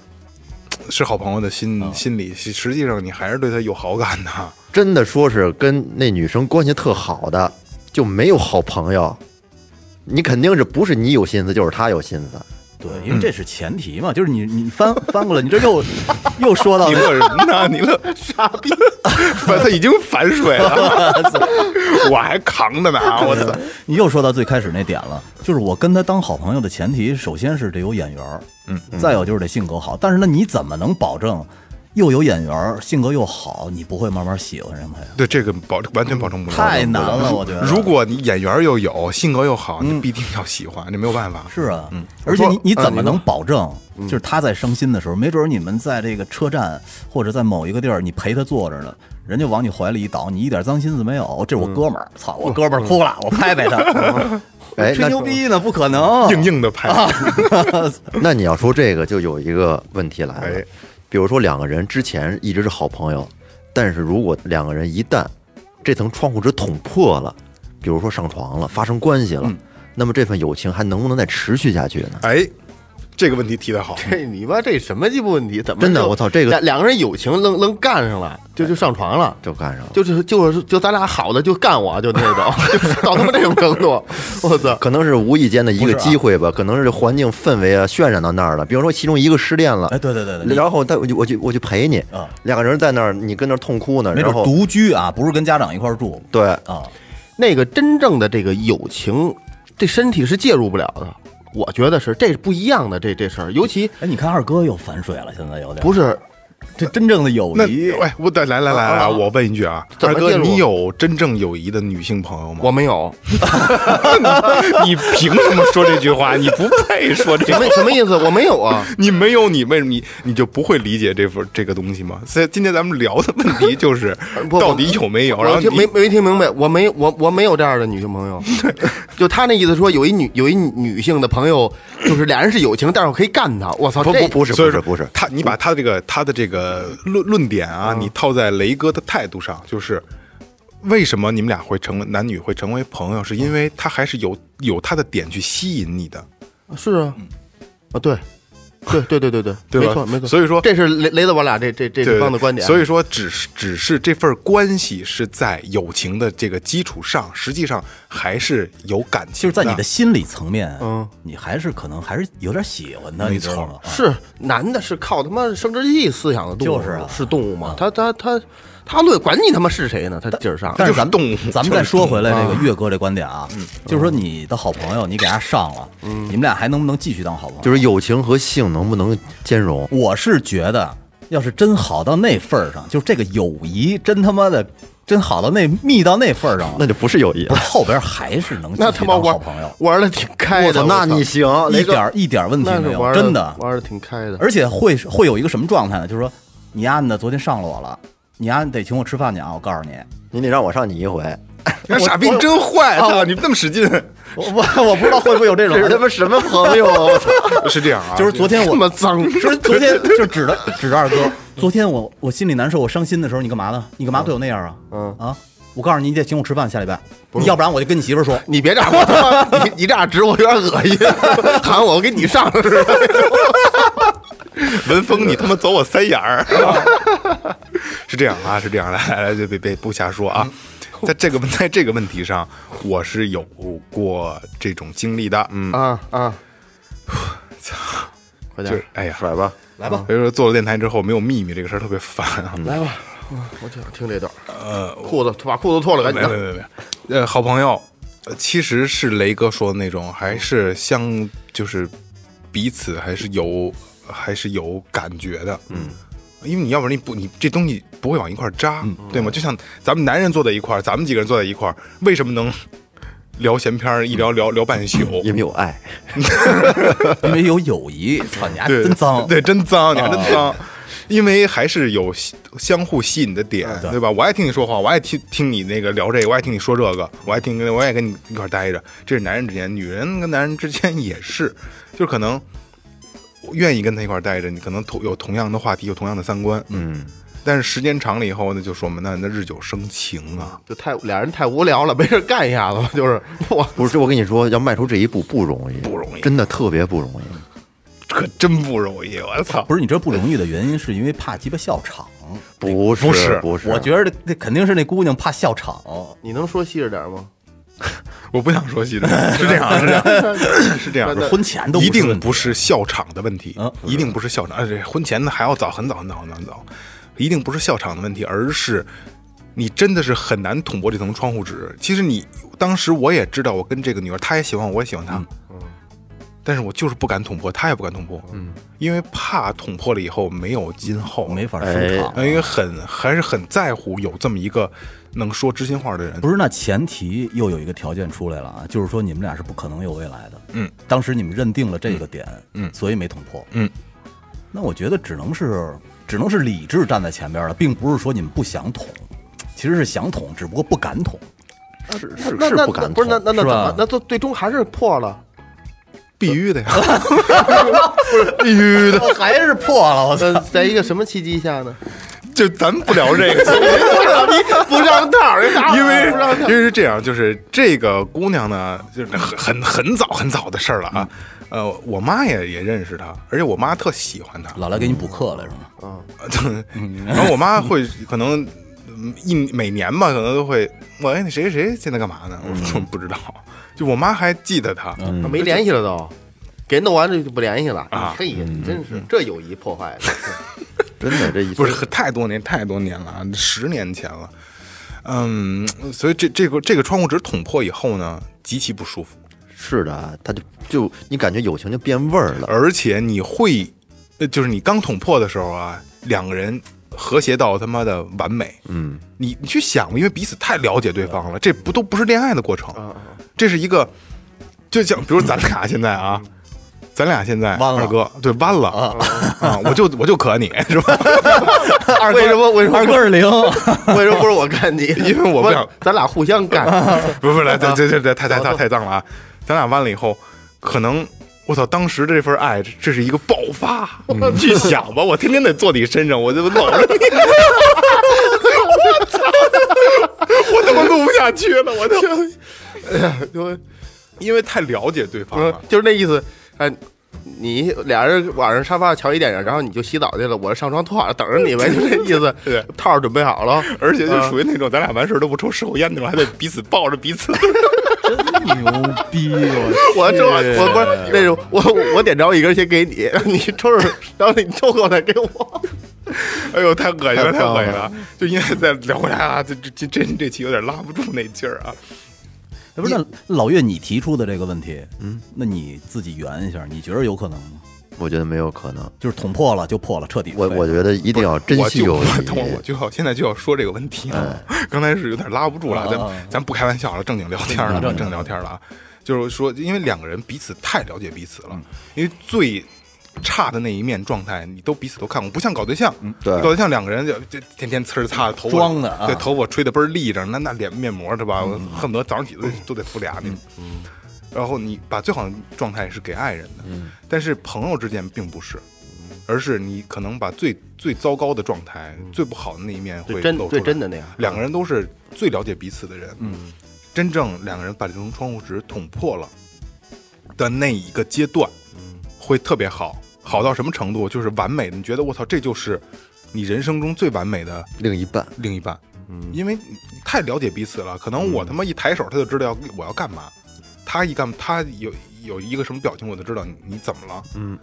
S3: 嘖是好朋友的心、心理，实实际上你还是对他有好感的。
S1: 真的说是跟那女生关系特好的，就没有好朋友。你肯定是不是你有心思，就是他有心思。
S5: 对，因为这是前提嘛，就是你你翻翻过来，你这又又说到
S3: 你乐什么 呢？你乐傻逼！ 反他已经反水 了，我还扛着呢，我操！
S5: 你又说到最开始那点了，就是我跟他当好朋友的前提，首先是得有眼缘儿，嗯，再有就是得性格好。但是呢，你怎么能保证又有眼缘儿，性格又好，你不会慢慢喜欢上他呀？
S3: 对这个保完全保证不了。
S5: 太难了，我觉得。
S3: 如果你眼缘又有，性格又好，你必定要喜欢，这没有办法。
S5: 是啊，
S1: 嗯
S5: 而且你你怎么能保证，就是他在伤心的时候，没准儿你们在这个车站或者在某一个地儿，你陪他坐着呢，人家往你怀里一倒，你一点脏心思没有，这
S1: 嗯
S5: 是我哥们儿，操，我哥们儿哭了，我拍拍他，
S1: 哎，
S5: 吹
S1: 那
S5: 牛逼呢，不可能，
S3: 硬硬的拍，
S1: 那你要说这个，就有一个问题来了
S3: 哎，
S1: 比如说两个人之前一直是好朋友，但是如果两个人一旦这层窗户纸捅破了，比如说上床了，发生关系
S5: 嗯
S1: 了，那么这份友情还能不能再持续下去呢？
S3: 哎，这个问题提得好。
S4: 这你妈这什么鸡巴问题？怎么
S1: 真的
S4: 就
S1: 我操这个
S4: 两两个人友情愣愣干上了，就就上床了。
S1: 就干上了，
S4: 就是就是就咱俩好的就干我啊就那种， 就是到他妈这种程度，我操！
S1: 可能是无意间的一
S5: 不
S1: 个
S5: 是啊
S1: 机会吧，可能是环境氛围啊渲染到那儿了。比如说其中一个失恋了，
S5: 哎，对对对对，
S1: 然后他我就我去我去陪你
S5: 啊，
S1: 两个人在那儿你跟那儿痛哭呢，
S5: 没
S1: 然
S5: 准儿
S1: 后
S5: 独居啊，不是跟家长一块儿住
S1: 对，
S5: 啊，
S4: 那个真正的这个友情，这身体是介入不了的，我觉得是这是不一样的这这事儿，尤其
S5: 哎，你看二哥又反水了，现在有点
S4: 不是
S5: 这真正的友
S3: 那
S5: 谊，
S3: 哎，我得来来来来，我问一句啊，
S4: 怎
S3: 二
S4: 么
S3: 哥，
S4: 介入
S3: 你有真正友谊的女性朋友吗？
S4: 我没有，
S3: 你凭什么说这句话？你不配说这句
S4: 什
S3: 话
S4: 么。什么意思？我没有啊，
S3: 你没有你为什么你你就不会理解这份这个东西吗？所以今天咱们聊的问题就是
S4: 不
S3: 到底有没有，然后
S4: 我
S3: 你
S4: 听没没听明白，我没我我没有这样的女性 朋友，就他那意思说有一女有一女女性的朋友，就是俩人是友情，但是我可以干她，我操，
S1: 不
S4: 这
S1: 不不是
S3: 所
S1: 不
S3: 以
S1: 是
S3: 说
S1: 不是，
S3: 他，你把他这个他的这个论论点啊，你套在雷哥的态度上，就是为什么你们俩会成为男女会成为朋友，是因为他还是有有他的点去吸引你的，
S4: 是啊，啊对，对对对对对，
S3: 嗯对吧？
S4: 没错没错，
S3: 所以说
S4: 这是雷雷子我俩这这这
S3: 对
S4: 这方的观点，啊
S3: 所以说只是只是这份关系是在友情的这个基础上，实际上还是有感情，
S5: 就是在你的。心理层面，
S4: 嗯，
S5: 你还是可能还是有点喜欢他，你知道吗？
S4: 是男的是靠他妈生殖器思想的动物，
S5: 就是啊
S4: 动物吗？他他他他论管你他妈是谁呢？他劲儿上，
S5: 啊但
S3: 就是是
S5: 咱们
S3: 动物
S5: 咱们
S3: 就是
S5: 再说回来
S4: 动物
S5: 这个岳哥这观点啊，就是说你的好朋友你给他上了，你们俩还能不能继续当好朋友？
S1: 就是友情和性能不能兼容？
S5: 我是觉得，要是真好到那份儿上，就是这个友谊真他妈的真好到那密到那份儿上了，
S1: 那就不是友谊 了。
S5: 后边还是能继
S4: 那
S5: 续
S4: 他妈
S5: 当好
S4: 玩
S5: 朋友，
S4: 玩的挺开
S1: 我
S4: 的
S1: 操，，
S4: 我
S1: 那
S4: 操
S1: 你行，
S5: 一
S1: 啊雷哥
S5: 点儿一点儿问题
S4: 那
S5: 没
S4: 是
S5: 有，
S4: 玩
S5: 真的。
S4: 玩的挺开的，
S5: 而且会会有一个什么状态呢？就是说，你丫的昨天上了我了，你丫得请我吃饭去啊！我告诉你，
S1: 你得让我上你一回，
S3: 那哎傻逼，你真坏！操，你那么使劲，
S5: 我我我不知道会不会有这种
S1: 这，是他妈什么朋 友啊！我操，
S3: 是这样啊？
S5: 就是昨天
S4: 这
S5: 我
S4: 么 脏，
S5: 就是昨天就指着指着二哥，昨天我我心里难受，我伤心的时候，你干嘛呢？你干嘛对我那样啊？
S4: 嗯
S5: 啊！我告诉你，你得请我吃饭，下礼拜，要不然我就跟你媳妇儿说。
S4: 你别这样，我他妈你你这样指我有点恶心，喊我我给你上似的，
S3: 文峰，你他妈走我三眼儿， 是这样啊，是这样，来来来，别别别不瞎说啊，在这个问在这个问题上，我是有过这种经历的，嗯，
S4: 啊啊， 操，快
S3: 就
S4: 点
S3: 是哎呀，
S1: 甩吧，
S4: 来吧，
S3: 所以说做了电台之后没有秘密这个事儿特别烦啊，
S4: 来吧，我就想听这段，呃，裤子把裤子脱了，赶
S3: 没
S4: 紧
S3: 有没有没有没有，呃，好朋友，呃其实是雷哥说的那种，还是相就是彼此还是有还是有感觉的，嗯。因为你要不然你不你这东西不会往一块儿扎，对吗？就像咱们男人坐在一块儿，咱们几个人坐在一块儿，为什么能 聊闲篇儿一聊聊聊半宿？
S1: 因为有爱。
S5: 因为有友谊，操你丫
S3: 对，
S5: 啊真脏。啊
S3: 对，真脏，你还真脏。因为还是有吸相互吸引的点，
S5: 啊对
S3: 对吧？我爱听你说话，我爱听听你那个聊这个，我爱听你说这个，我爱听，我爱跟你一块儿待着。这是男人之间，女人跟男人之间也是，就是可能我愿意跟他一块儿待着，你可能同有同样的话题，有同样的三观，嗯。但是时间长了以后呢，就说我们那那日久生情啊，
S4: 就太俩人太无聊了，没事干一下子吧，就是我
S1: 不是，我跟你说，要迈出这一步不容易，
S3: 不容易
S1: 真的特别不容易。
S3: 可真不容易，我操！
S5: 不是你这不容易的原因，是因为怕鸡巴笑场。
S1: 不是，
S3: 不
S1: 不
S3: 是
S1: 不是，
S5: 我觉得那肯定是那姑娘怕笑场。
S4: 你能说细着点吗？
S3: 我不想说戏的，是这样啊，是这 样，是这样。
S5: 婚前都
S3: 一定
S5: 问题
S3: 不是笑场的问题
S5: 啊，
S3: 一定不是笑场。而且婚前的还要早，很早很早很早很早，一定不是笑场的问题，而是你真的是很难捅破这层
S5: 嗯
S3: 窗户纸。其实你当时我也知道，我跟这个女儿，她也喜欢我，我也喜欢她，但是我就是不敢捅破，他也不敢捅破，嗯，因为怕捅破了以后没有今后，
S5: 没法收场。
S3: 呃，因为很还是很在乎有这么一个能说知心话的人。
S5: 不是，那前提又有一个条件出来了啊，就是说你们俩是不可能有未来的。
S3: 嗯，
S5: 当时你们认定了这个点，
S3: 嗯嗯
S5: 所以没捅破。
S3: 嗯，
S5: 那我觉得只能是只能是理智站在前边了，并不是说你们不想捅，其实是想捅，只不过不敢捅。
S1: 是是
S4: 那
S1: 是
S4: 那
S1: 不敢
S4: 那不是那那那怎
S5: 是吧
S4: 么？那最最终还是破了，
S3: 必须的呀，
S1: 必须的，
S5: 还是破了，我操！
S4: 呃，在一个什么契机下呢？
S3: 就咱们不聊这个，
S4: 不上道儿，
S3: 因为因为是这样，就是这个姑娘呢，就是很很很早很早的事儿了啊。
S1: 嗯
S3: 呃，我妈也也认识她，而且我妈特喜欢她。
S5: 老来给你补课来是吗？
S1: 嗯
S3: 然后我妈会可能嗯一每年吧，可能都会问：“哎，那谁谁谁现在干嘛呢？”我
S1: 嗯
S3: 说不知道，就我妈还记得她。
S4: 啊没联系了都，给弄完了就不联系了
S3: 啊
S4: 嘿，真是这友谊破坏了。
S1: 真的这一
S3: 不是太多年，太多年了，啊，十年前了。嗯，所以这这个这个窗户纸捅破以后呢，极其不舒服，
S1: 是的，他就就你感觉友情就变味儿了，
S3: 而且你会，呃就是你刚捅破的时候啊，两个人和谐到他妈的完美。
S1: 嗯，
S3: 你你去想，因为彼此太了解对方了，这不都不是恋爱的过程，这是一个，就像比如咱俩现在啊。咱俩现在
S5: 弯了
S3: 二哥对弯了啊，我就我就可你是吧？
S4: 二为什么为什么
S5: 二哥是 零，
S4: 为什么不是我干你？
S3: 因为我不想，
S4: 咱俩互相干。
S3: 不是不是，来这这这这太太太太脏了啊！咱俩弯了以后，可能我操，当时这份爱，这这是一个爆 发。去想吧，我天天得坐你身上，我 就搂着你，我操，我他妈录不下去了， 我就
S4: 就
S3: 哎因为太了解对方了。
S4: 就是那意思，哎，你俩人晚上沙发上瞧一电影，然后你就洗澡去了，我上床拖好了等着你呗，就这意思。
S3: 对
S4: 套儿准备好了，
S3: 而且就属于那种咱俩完事儿都不抽十口烟那种，还得彼此抱着彼此。
S5: 牛逼！
S4: 我这我不是那种，我我点着一根先给你，你抽抽，然后你抽口再给我。
S3: 哎呦，太恶心了，太恶心了！就因为再聊回来啊，这这这这这期有点拉不住那劲儿啊。
S5: 哎不是那老岳，你提出的这个问题，嗯，那你自己圆一下，你觉得有可能吗？
S1: 我觉得没有可能。
S5: 就是捅破了就破了，彻底
S1: 我
S5: 废
S1: 我
S5: 了
S1: 觉得一定要珍惜友
S3: 我就我
S1: 谊
S3: 我，就要现在就要说这个问题了。
S5: 嗯
S3: 刚才是有点拉不住了，
S5: 啊啊
S3: 咱咱不开玩笑了，正经聊天了，
S5: 正
S3: 正
S5: 经
S3: 经聊天了啊。就是说，因为两个人彼此太了解彼此
S5: 嗯
S3: 了，因为最差的那一面状态，你都彼此都看过，不像搞对象，
S1: 对
S3: 搞对象两个人就就天天呲儿擦头发
S5: 嗯装的啊嗯
S3: 对头发吹的倍儿立着，那那脸面膜是吧？我恨不得早上起来都得敷俩那种。然后你把最好的状态是给爱人的，但是朋友之间并不是，而是你可能把最最糟糕的状态、最不好的那一面会
S4: 最真
S3: 露出
S4: 最
S3: 来。
S4: 真的那样
S3: 两个人都是最了解彼此的人，嗯，真正两个人把这层窗户纸捅破了的那一个阶段，
S4: 嗯
S3: 会特别好，好到什么程度？就是完美的，你觉得我操，这就是你人生中最完美的
S1: 另一半
S3: 另一半，因为你太了解彼此了，可能我他妈一抬手，他就知道我要干嘛，他一干他有有一个什么表情，我就知道你你怎么了，
S1: 嗯，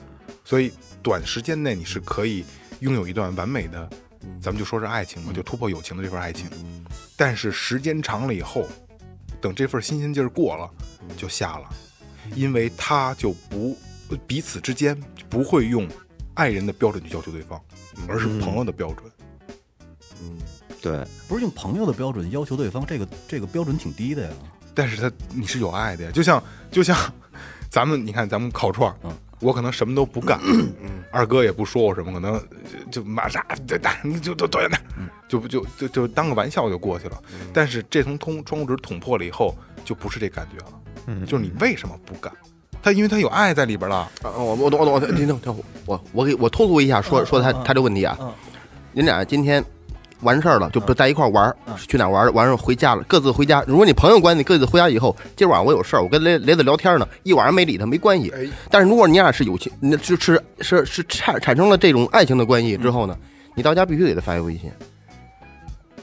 S3: 所以短时间内你是可以拥有一段完美的，咱们就说是爱情吧，就突破友情的这份爱情，但是时间长了以后，等这份新鲜劲儿过了，就下了，因为他就不彼此之间不会用爱人的标准去要求对方，而是朋友的标准。
S1: 对，
S5: 不是用朋友的标准要求对方，这个这个标准挺低的呀。
S3: 但是他你是有爱的呀，就像就像咱们你看咱们烤串儿，我可能什么都不干，二哥也不说我什么，可能就就马啥对对，你就就对那，就不就就就当个玩笑就过去了。但是这层通窗户纸捅破了以后，就不是这感觉了，就是你为什么不干？他因为他有爱在里边了，
S4: 啊，我我懂我懂我懂，听听听我我给我透露一下，说说他他这问题啊，您俩今天完事儿了，就不在一块儿玩儿，去哪儿玩儿？完事儿回家了，各自回家。如果你朋友关系，各自回家以后，今儿晚上我有事儿，我跟雷雷子聊天呢，一晚上没理他没关系
S3: 哎。
S4: 但是如果你俩是友情，那就是是是产产生了这种爱情的关系之后呢，你到家必须给他发一微信。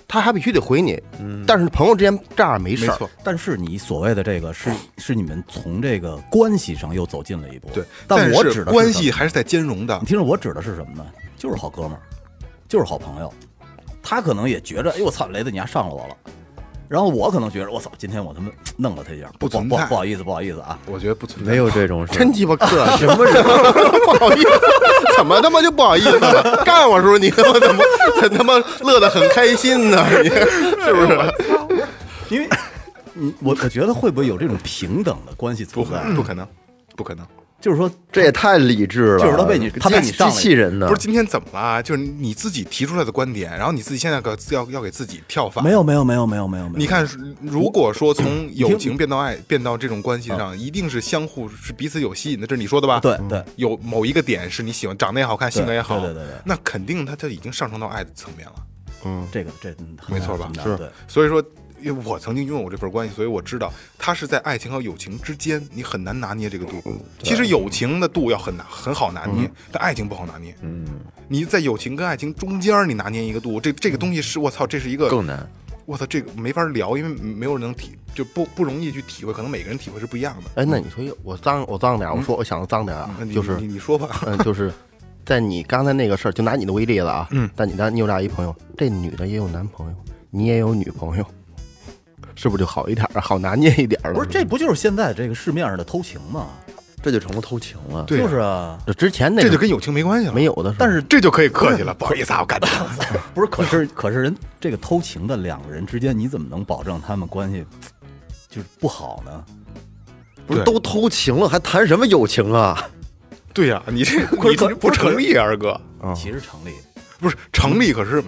S4: 他还必须得回你，但是朋友之间这样没
S3: 没
S4: 事儿，
S3: 错，
S5: 但是你所谓的这个是是你们从这个关系上又走近了一步。
S3: 对。
S5: 但我指的
S3: 是
S5: 是
S3: 关
S5: 什
S3: 系
S5: 么，
S3: 还是在兼容的
S5: 你，听着，我指的是什么呢？就是好哥们儿，就是好朋友。他可能也觉着，哎呦我操，雷子你还上了我了，然后我可能觉得我操，今天我他妈弄了他一下，
S3: 不存
S5: 不
S3: 在
S5: 不好意思，不好意思啊，
S3: 我觉得不存在，
S1: 没有这种事。
S4: 真鸡巴客气，
S1: 什么人？
S4: 不好意思，怎么他妈就不好意思了？干我时候你他妈怎么怎他妈乐得很开心呢？ 你是不是？
S5: 因为，嗯我我觉得会不会有这种平等的关系
S3: 不
S5: 存
S3: 可
S5: 在？
S3: 能，不可能，不可能。
S5: 就是说，
S1: 这也太理智了，
S5: 就是他被你他被你
S1: 机
S5: 上了
S1: 器人呢
S3: 不是？今天怎么了？啊就是你自己提出来的观点，然后你自己现在可要要给自己跳反。
S5: 没有没有没有没有没有没有，
S3: 你看，如果说从友
S5: 听
S3: 情变到爱，变到这种关系上，一定是相互是彼此有吸引的，这是你说的吧？
S5: 对对
S3: 有某一个点是你喜欢，长得也好看，性格也好，
S5: 对对对对
S3: 那肯定他就已经上升到爱的层面了。
S5: 这个这嗯很
S3: 没
S5: 难
S3: 错吧
S5: 很难对
S3: 所以说，因为我曾经拥有过这份关系，所以我知道它是在爱情和友情之间，你很难拿捏这个度。其实友情的度要很难很好拿捏，但爱情不好拿捏。嗯，你在友情跟爱情中间儿你拿捏一个度，这这个东西是我操，这是一个
S1: 更难。
S3: 我操，这个没法聊，因为没有人能体就不不容易去体会，可能每个人体会是不一样的。
S4: 哎，那你说我脏我脏点儿，我说我想脏点儿啊
S3: 那，你
S4: 就是
S3: 你你说 吧，
S4: 嗯，就是在你刚才那个事儿，就拿你的为例子啊，嗯，但你咱你有俩一朋友，这女的也有男朋友，你也有女朋友，是不是就好一点儿，啊好拿捏一点 儿了？
S5: 不是这不就是现在这个市面上的偷情吗？
S1: 这就成了偷情了。
S3: 对啊
S5: 就是啊，
S4: 这之前那
S3: 这
S4: 个
S3: 就跟友情没关系了。
S4: 没有的时候，
S5: 但是
S3: 这就可以客气了，不好意思啊，我干的。
S5: 不是，可是可是人这个偷情的两个人之间，你怎么能保证他们关系就是不好呢？
S1: 不是
S3: 对
S1: 都偷情了，还谈什么友情 啊？
S3: 对呀、你这
S5: 可
S3: 你这
S5: 可
S3: 不成立啊，二哥，
S5: 其实成立，
S3: 不是成立，可是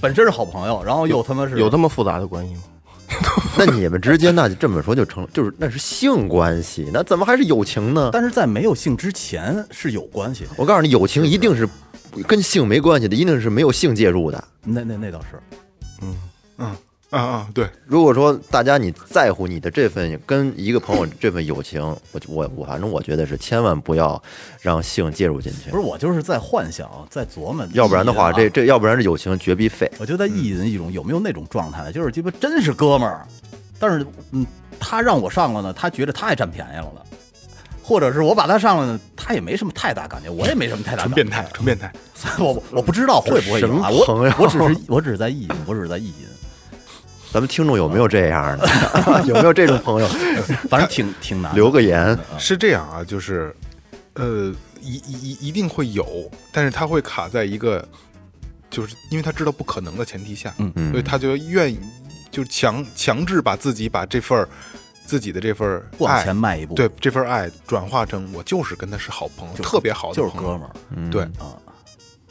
S5: 本身是好朋友，然后又他妈是
S4: 有这么复杂的关系吗？
S1: 那你们之间那就这么说就成了，就是那是性关系，那怎么还是友情呢？
S5: 但是在没有性之前是有关系的。
S1: 我告诉你，友情一定是跟性没关系的，一定是没有性介入的。
S5: 那那那倒是，
S3: 嗯啊啊，对，
S1: 如果说大家你在乎你的这份跟一个朋友这份友情，我我我反正我觉得是千万不要让性介入进去
S5: 不，是我就是在幻想，在琢磨，
S1: 要不然的话，
S5: 意淫
S1: 这
S5: 啊
S1: 这要不然这友情绝逼废。
S5: 我就在意
S3: 嗯
S5: 淫一种有没有那种状态，就是鸡巴真是哥们儿，但是嗯，他让我上了呢，他觉得他也占便宜了呢。或者是我把他上了呢，他也没什么太大感觉，我也没什么太大
S3: 纯
S5: 感觉。
S3: 变态，纯变态。
S5: 我我不知道会不会有啊，
S1: 这什么朋友
S5: 我我只是我只是在意淫，我只是在意淫，
S1: 咱们听众有没有这样 的？有没有这种朋友？
S5: 反正挺挺难的。
S1: 留个言，
S3: 是这样啊，就是，呃，一一一一定会有，但是他会卡在一个，就是因为他知道不可能的前提下，
S5: 嗯
S1: 嗯
S3: 所以他就愿意就强强制把自己把这份儿自己的这份儿
S5: 往前
S3: 爱，
S5: 迈一步，
S3: 对这份儿爱转化成我就是跟他是好朋友，
S5: 就是
S3: 特别好的
S5: 就是
S3: 朋
S5: 哥
S3: 友，嗯
S5: 们儿
S3: 对，
S5: 啊。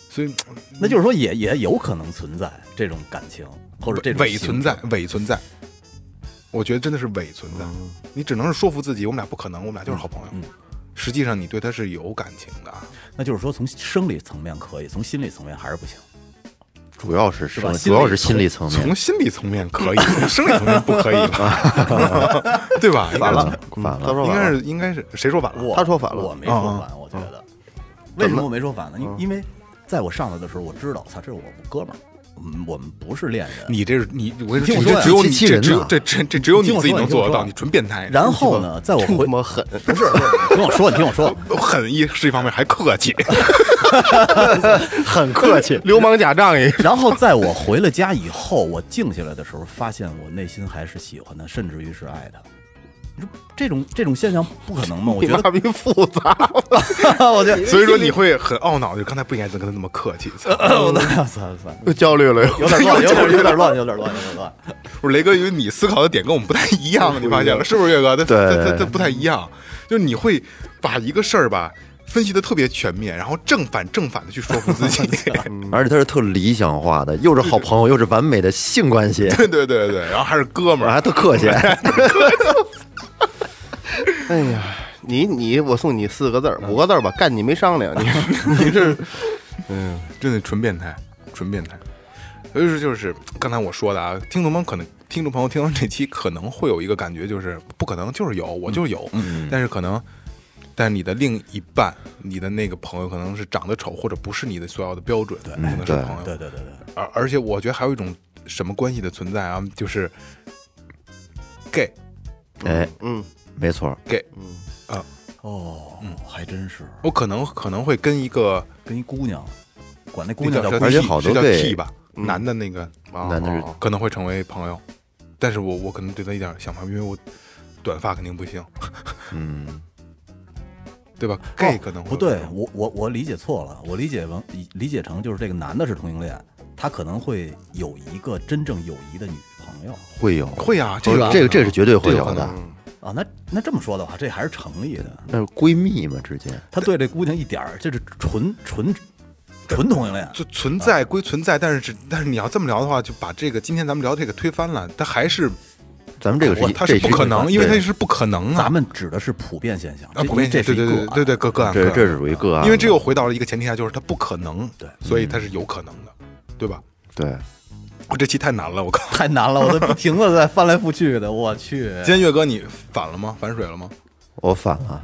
S3: 所以
S5: 那就是说也也有可能存在这种感情或者这种
S3: 伪
S5: 性
S3: 存
S5: 质
S3: 在，伪存在。我觉得真的是伪存在，
S5: 嗯
S3: 你只能是说服自己，我们俩不可能，我们俩就是好朋友。实际上，你对他是有感情的啊。
S5: 那就是说，从生理层面可以，从心理层面还是不行。
S1: 主要是生，
S5: 吧
S1: 主要是心理层面
S3: 从。心理层面可以，从生理层面不可以 吧？对吧？应该
S1: 完
S3: 是
S1: 了，完
S4: 他
S1: 了，
S4: 说
S3: 应
S4: 完
S3: 该
S4: 了
S3: 是应该是谁说反了？
S5: 我
S4: 他说反了
S5: 我没说反，我觉得。为什么我没说反呢？因因为在我上来的时候，我知道，操，这是我哥们儿，嗯，我们不是恋人。
S3: 你这是你，我跟你
S5: 听
S3: 说，
S5: 我
S3: 你这
S5: 说呀
S3: 只有你，
S1: 机器
S3: 这
S1: 人
S3: 只有
S1: 呐
S3: 这这这只有你
S5: 听我
S3: 自己
S5: 说
S3: 能
S5: 你听我
S3: 做得到，
S5: 说
S3: 你纯变态。
S5: 然后呢，在我
S4: 真
S5: 回
S4: 他妈狠，
S5: 不是不是，听我说，你听我说，
S3: 狠一是一方面，还客 气。
S1: 很客气。
S4: 流氓假仗义。
S5: 然后在我回了家以后，我静下来的时候，发现我内心还是喜欢他，甚至于是爱他。你说这种这种现象不可能吗？我
S4: 你
S5: 觉
S4: 妈
S5: 得，
S4: 逼复杂，
S5: 我觉得，
S3: 所以说你会很懊恼，就刚才不应该跟他那么客气。操
S5: 算算算，
S4: 又焦虑了又。
S5: 有点乱，有点有点乱，有点乱，有点乱。
S3: 不是雷哥，因为你思考的点跟我们不太一样，你发现了是不是？岳哥，他他
S1: 对
S3: 他他不太一样，就是你会把一个事儿吧分析的特别全面，然后正反正反的去说服自己。
S1: 而且他是特理想化的，又是好朋友，又是完美的性关系，
S3: 对对对对，然后还是哥们儿
S1: 还，特客 气。
S4: 哎呀，你你我送你四个字儿，
S3: 嗯
S4: 五个字儿吧，干你没商 量，你你这
S3: 真的纯变态，纯变态。所以说，就是刚才我说的啊，听众朋友可能听众朋友听到这期可能会有一个感觉，就是不可能就是有，我就是有，但是可能，但你的另一半，你的那个朋友可能是长得丑，或者不是你的所有的标准，可能是
S1: 对
S3: 朋友。
S5: 对对对对，
S3: 而而且我觉得还有一种什么关系的存在啊，就是 gay
S1: 哎，
S4: 嗯，
S1: 没错，
S3: gay，
S5: 哦，还真是
S3: 我可能可能会跟一个
S5: 跟一姑娘，管那姑
S3: 那
S5: 娘
S3: 叫
S5: 叫
S3: 什么
S5: 姑
S1: 而且
S3: T，
S1: 好多
S3: 是叫
S1: gay
S3: T 吧，男的那个啊
S1: 男的是
S3: 可能会成为朋友。但是我我可能对他一点想法，因为我短发肯定不行，
S1: 嗯，
S3: 对吧？gay
S1: 哦
S3: 可能会
S5: 不对，我我我理解错了，我理解完理解成就是这个男的是同性恋，他可能会有一个真正友谊的女朋友
S1: 会有，
S3: 会啊，这个
S1: 这个这是绝对会
S3: 这个
S1: 有
S3: 可
S1: 的
S3: 能，
S5: 啊。那那这么说的话，这还是成立的。
S1: 那是闺蜜嘛之间，
S5: 他对这姑娘一点儿，这是纯纯纯同性恋。
S3: 就存在归存在，但是只但是你要这么聊的话，就把这个今天咱们聊这个推翻了，它还是
S1: 咱们这个
S3: 我
S1: 是
S3: 它是
S1: 这
S3: 不可能，因为它
S1: 对
S3: 是不可能啊
S5: 咱们指的是普遍现象，
S3: 啊，
S5: 这
S3: 普遍
S5: 这
S3: 对
S5: 是一
S3: 对
S5: 个
S3: 对
S5: 案
S3: 对对啊个个案，
S1: 这
S3: 个案
S1: 这是属于个案，
S3: 嗯因为这又回到了一个前提下，就是它不可能，
S5: 对
S3: 所以它是有可能的，
S1: 嗯
S3: 对吧？
S1: 对，
S3: 我这期太难了，我靠！
S5: 啊太难了，我都不停的在翻来覆去的，我 去。
S3: 今天岳哥你反了吗？反水了吗？
S1: 我反了，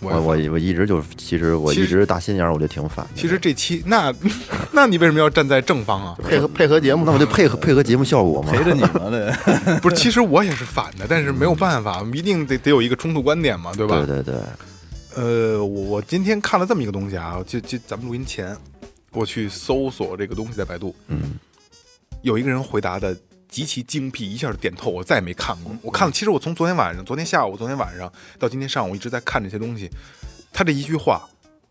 S1: 我我
S3: 我也
S1: 我一直就是，其实我
S3: 其
S1: 一
S3: 实
S1: 直打心眼儿我就挺反的，
S3: 其实这期那 那你为什么要站在正方啊？
S4: 配合配合节目，
S1: 那我就配合配合节目效果 嘛，
S5: 陪着你呢，这
S3: 不是，其实我也是反的，但是没有办法，一定得得有一个冲突观点嘛，对吧？
S1: 对对对，
S3: 呃，我我今天看了这么一个东西啊，就就咱们录音前，我去搜索这个东西在百度，
S1: 嗯，
S3: 有一个人回答的极其精辟，一下就点透，我再也没看过。
S1: 嗯
S3: 我看了，其实我从昨天晚上、昨天下午、昨天晚上到今天上午一直在看这些东西，他这一句话。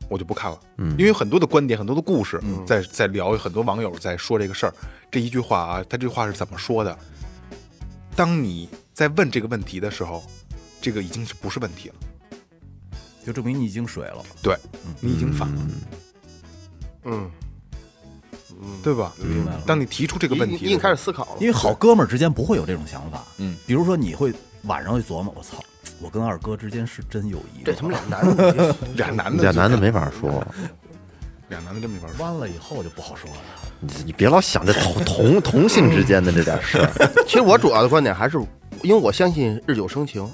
S3: 我就不看了，
S1: 嗯
S3: 因为有很多的观点、很多的故事在在聊，有很多网友在说这个事儿。这一句话啊，他这句话是怎么说的？当你在问这个问题的时候，这个已经是不是问题了？
S5: 就证明你已经水了。
S3: 对，你已经反了，
S4: 嗯，
S3: 对吧？
S5: 明白了
S3: 当你提出这个
S4: 你
S3: 问
S4: 你
S3: 题，
S4: 已经开始，思考了，
S5: 因为好哥们儿之间不会有这种想法。
S3: 嗯，
S5: 比如说你会晚上会琢磨，我操，我跟二哥之间是真友谊吗。
S4: 这他妈俩 男的，
S3: 俩男的，
S1: 俩男的，没法说，
S3: 俩男的真没法说。
S4: 嗯
S5: 弯了以后就不好说了。
S1: 你你别老想这同 同同性之间的这点事儿，
S4: 其实我主要的观点还是，因为我相信日久生情，
S3: 啊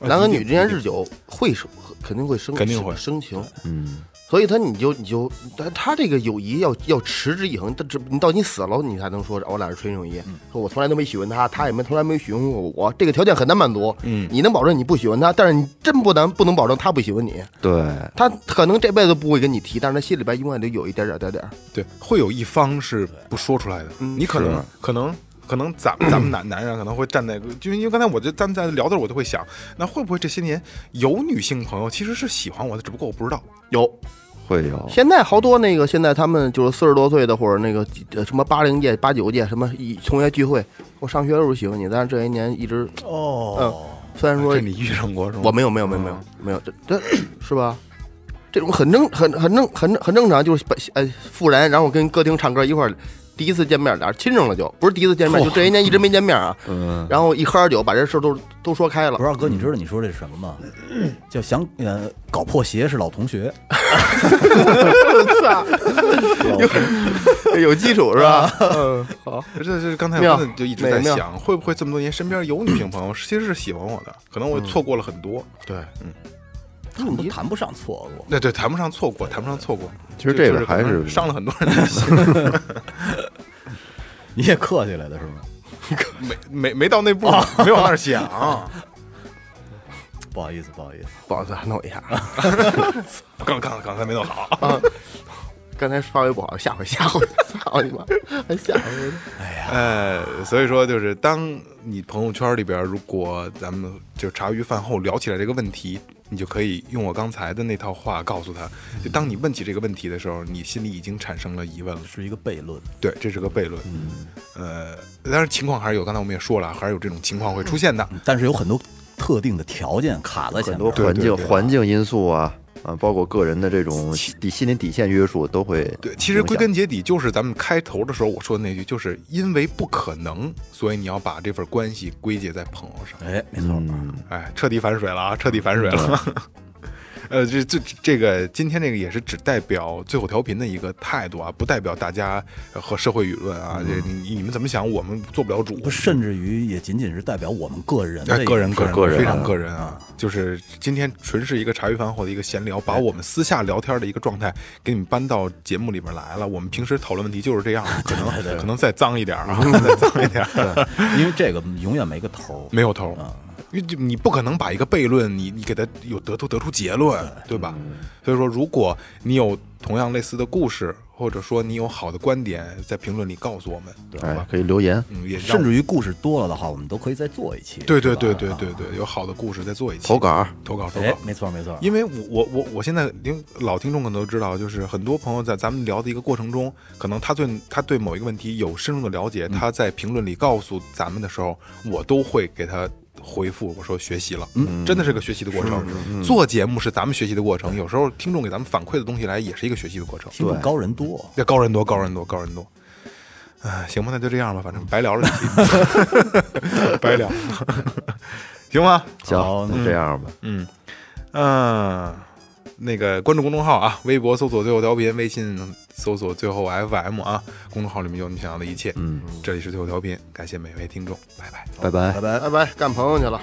S3: 呃
S4: 男和女之间日久会生，肯定会生，
S3: 肯定会
S4: 生情。
S1: 嗯，
S4: 所以他你就你就，但他这个友谊要要持之以恒，他这你到你死了你才能说我俩是纯友谊。
S3: 嗯
S4: 说我从来都没喜欢他，他也没从来没喜欢过我，这个条件很难满足。
S3: 嗯
S4: 你能保证你不喜欢他，但是你真不能不能保证他不喜欢你。
S1: 对，
S4: 他可能这辈子不会跟你提，但是他心里边永远都有一点点点点。
S3: 对，会有一方是不说出来的。
S4: 嗯
S3: 你可能
S1: 是
S3: 可能可能咱咱们男男人可能会站在，就因为刚才我就咱们在聊的时候，我就会想，那会不会这些年有女性朋友其实是喜欢我的，只不过我不知道。
S4: 有，
S1: 会有，
S4: 现在好多那个，现在他们就是四十多岁的，或者那个呃什么八零届、八九届，什么一同学聚会，我上学的时候喜欢你，但是这些年一直，
S5: 哦，
S4: 虽然
S1: 啊
S4: 说
S3: 这你遇上过是吗？
S4: 我没有没有没有没有没有，这这是吧？这种很正很很正很很正常，就是把呃复燃，然后跟歌厅唱歌一块儿，第一次见面俩人亲上了就，不是第一次见面，就这些年一直没见面啊。
S1: 嗯，
S4: 然后一喝点酒，把这事儿都都说开了
S5: 不是。二哥，你知道你说这是什么吗？叫想呃搞破鞋是老同学，
S4: 有有基础是吧？嗯，好。
S3: 这这刚才
S4: 妙
S3: 我真的就一直
S4: 美
S3: 在
S4: 妙
S3: 想，会不会这么多年身边有女性朋友其实是喜欢我的，可能我
S1: 嗯
S3: 错过了很多。
S4: 对，
S5: 谈不谈不上错 过。
S3: 那对，谈不上错过，谈不上错过。
S1: 其实
S3: 就
S1: 这
S3: 就
S1: 个还
S3: 可能
S1: 是
S3: 伤了很多人的心。
S5: 你也客气来的是吗？
S3: 没没没到那步，没往那儿想。
S5: 不好意思，不好意思，
S4: 不好意思，弄一下。 啊
S3: 刚刚刚才没弄好，
S4: 刚才稍微不好，下回下回， 操你妈，还下回。
S3: 呃，所以说就是当你朋友圈里边，如果咱们就茶余饭后聊起来这个问题，你就可以用我刚才的那套话告诉他，就当你问起这个问题的时候，你心里已经产生了疑问了。
S5: 是一个悖论。
S3: 对，这是个悖论。呃，当然情况还是有，刚才我们也说了，还是有这种情况会出现的。
S5: 嗯但是有很多特定的条件卡在
S1: 很
S5: 前面
S1: 多。
S3: 对
S1: 环境
S3: 对
S1: 环境因素啊啊，包括个人的这种底心理底线约束都会
S3: 对，其
S1: 影
S3: 实
S1: 响
S3: 归根结底就是咱们开头的时候我说的那句，就是因为不可能，所以你要把这份关系归结在朋友上。
S5: 哎，没错，
S1: 嗯，
S3: 哎，彻底反水了啊，彻底反水了。 呃，这这这个今天这个也是只代表最后调频的一个态度啊，不代表大家呃和社会舆论啊。这你你们怎么想，我们做不了主。
S5: 不，甚至于也仅仅是代表我们个人
S3: 哎
S5: 的，
S3: 个人
S5: 一
S3: 个
S5: 个
S3: 人
S1: 个人
S3: 非常个人啊，就是今天纯是一个茶余饭后的一个闲聊，把我们私下聊天的一个状态给你们搬到节目里边来了。我们平时讨论问题就是这样，可能可能再脏一点啊，再脏一点，
S5: 因为这个永远没个头儿。
S3: 没有头儿。因为就你不可能把一个悖论，你你给它有得出得出结论，对吧？所以说，如果你有同样类似的故事，或者说你有好的观点，在评论里告诉我们，对
S1: 哎
S3: 吧，？
S1: 可以留言。
S3: 嗯，也让
S5: 甚至于故事多了的话，我们都可以再做一期。
S3: 对对
S5: 是吧
S3: 对对对对，有好的故事再做一期
S4: 投稿，
S3: 投稿投
S5: 哎
S3: 稿，，
S5: 没错没错，
S3: 因为我我我我现在听老听众可能都知道，就是很多朋友在咱们聊的一个过程中，可能他对他对某一个问题有深入的了解，他在评论里告诉咱们的时候，我都会给他回复我说学习了，嗯，真的是嗯个学习的过程。做节目是咱们学习的过程，有时候听众给咱们反馈的东西来也是一个学习的过程。
S5: 听众高人多，
S3: 要高人多，高人多，高人多。哎，行吧，那就这样吧，反正白 聊了几期，白聊， 行吗？
S1: 行
S5: 好，
S1: 那这样吧，
S3: 嗯，那个关注公众号啊，微博搜索最后调频，微信搜索最后 FM 啊，公众号里面有你想要的一切。嗯，这里是最后调频，感谢每位听众，拜拜。
S1: 拜拜
S5: 拜。
S4: 拜
S5: 拜。
S4: 拜，干朋友去了。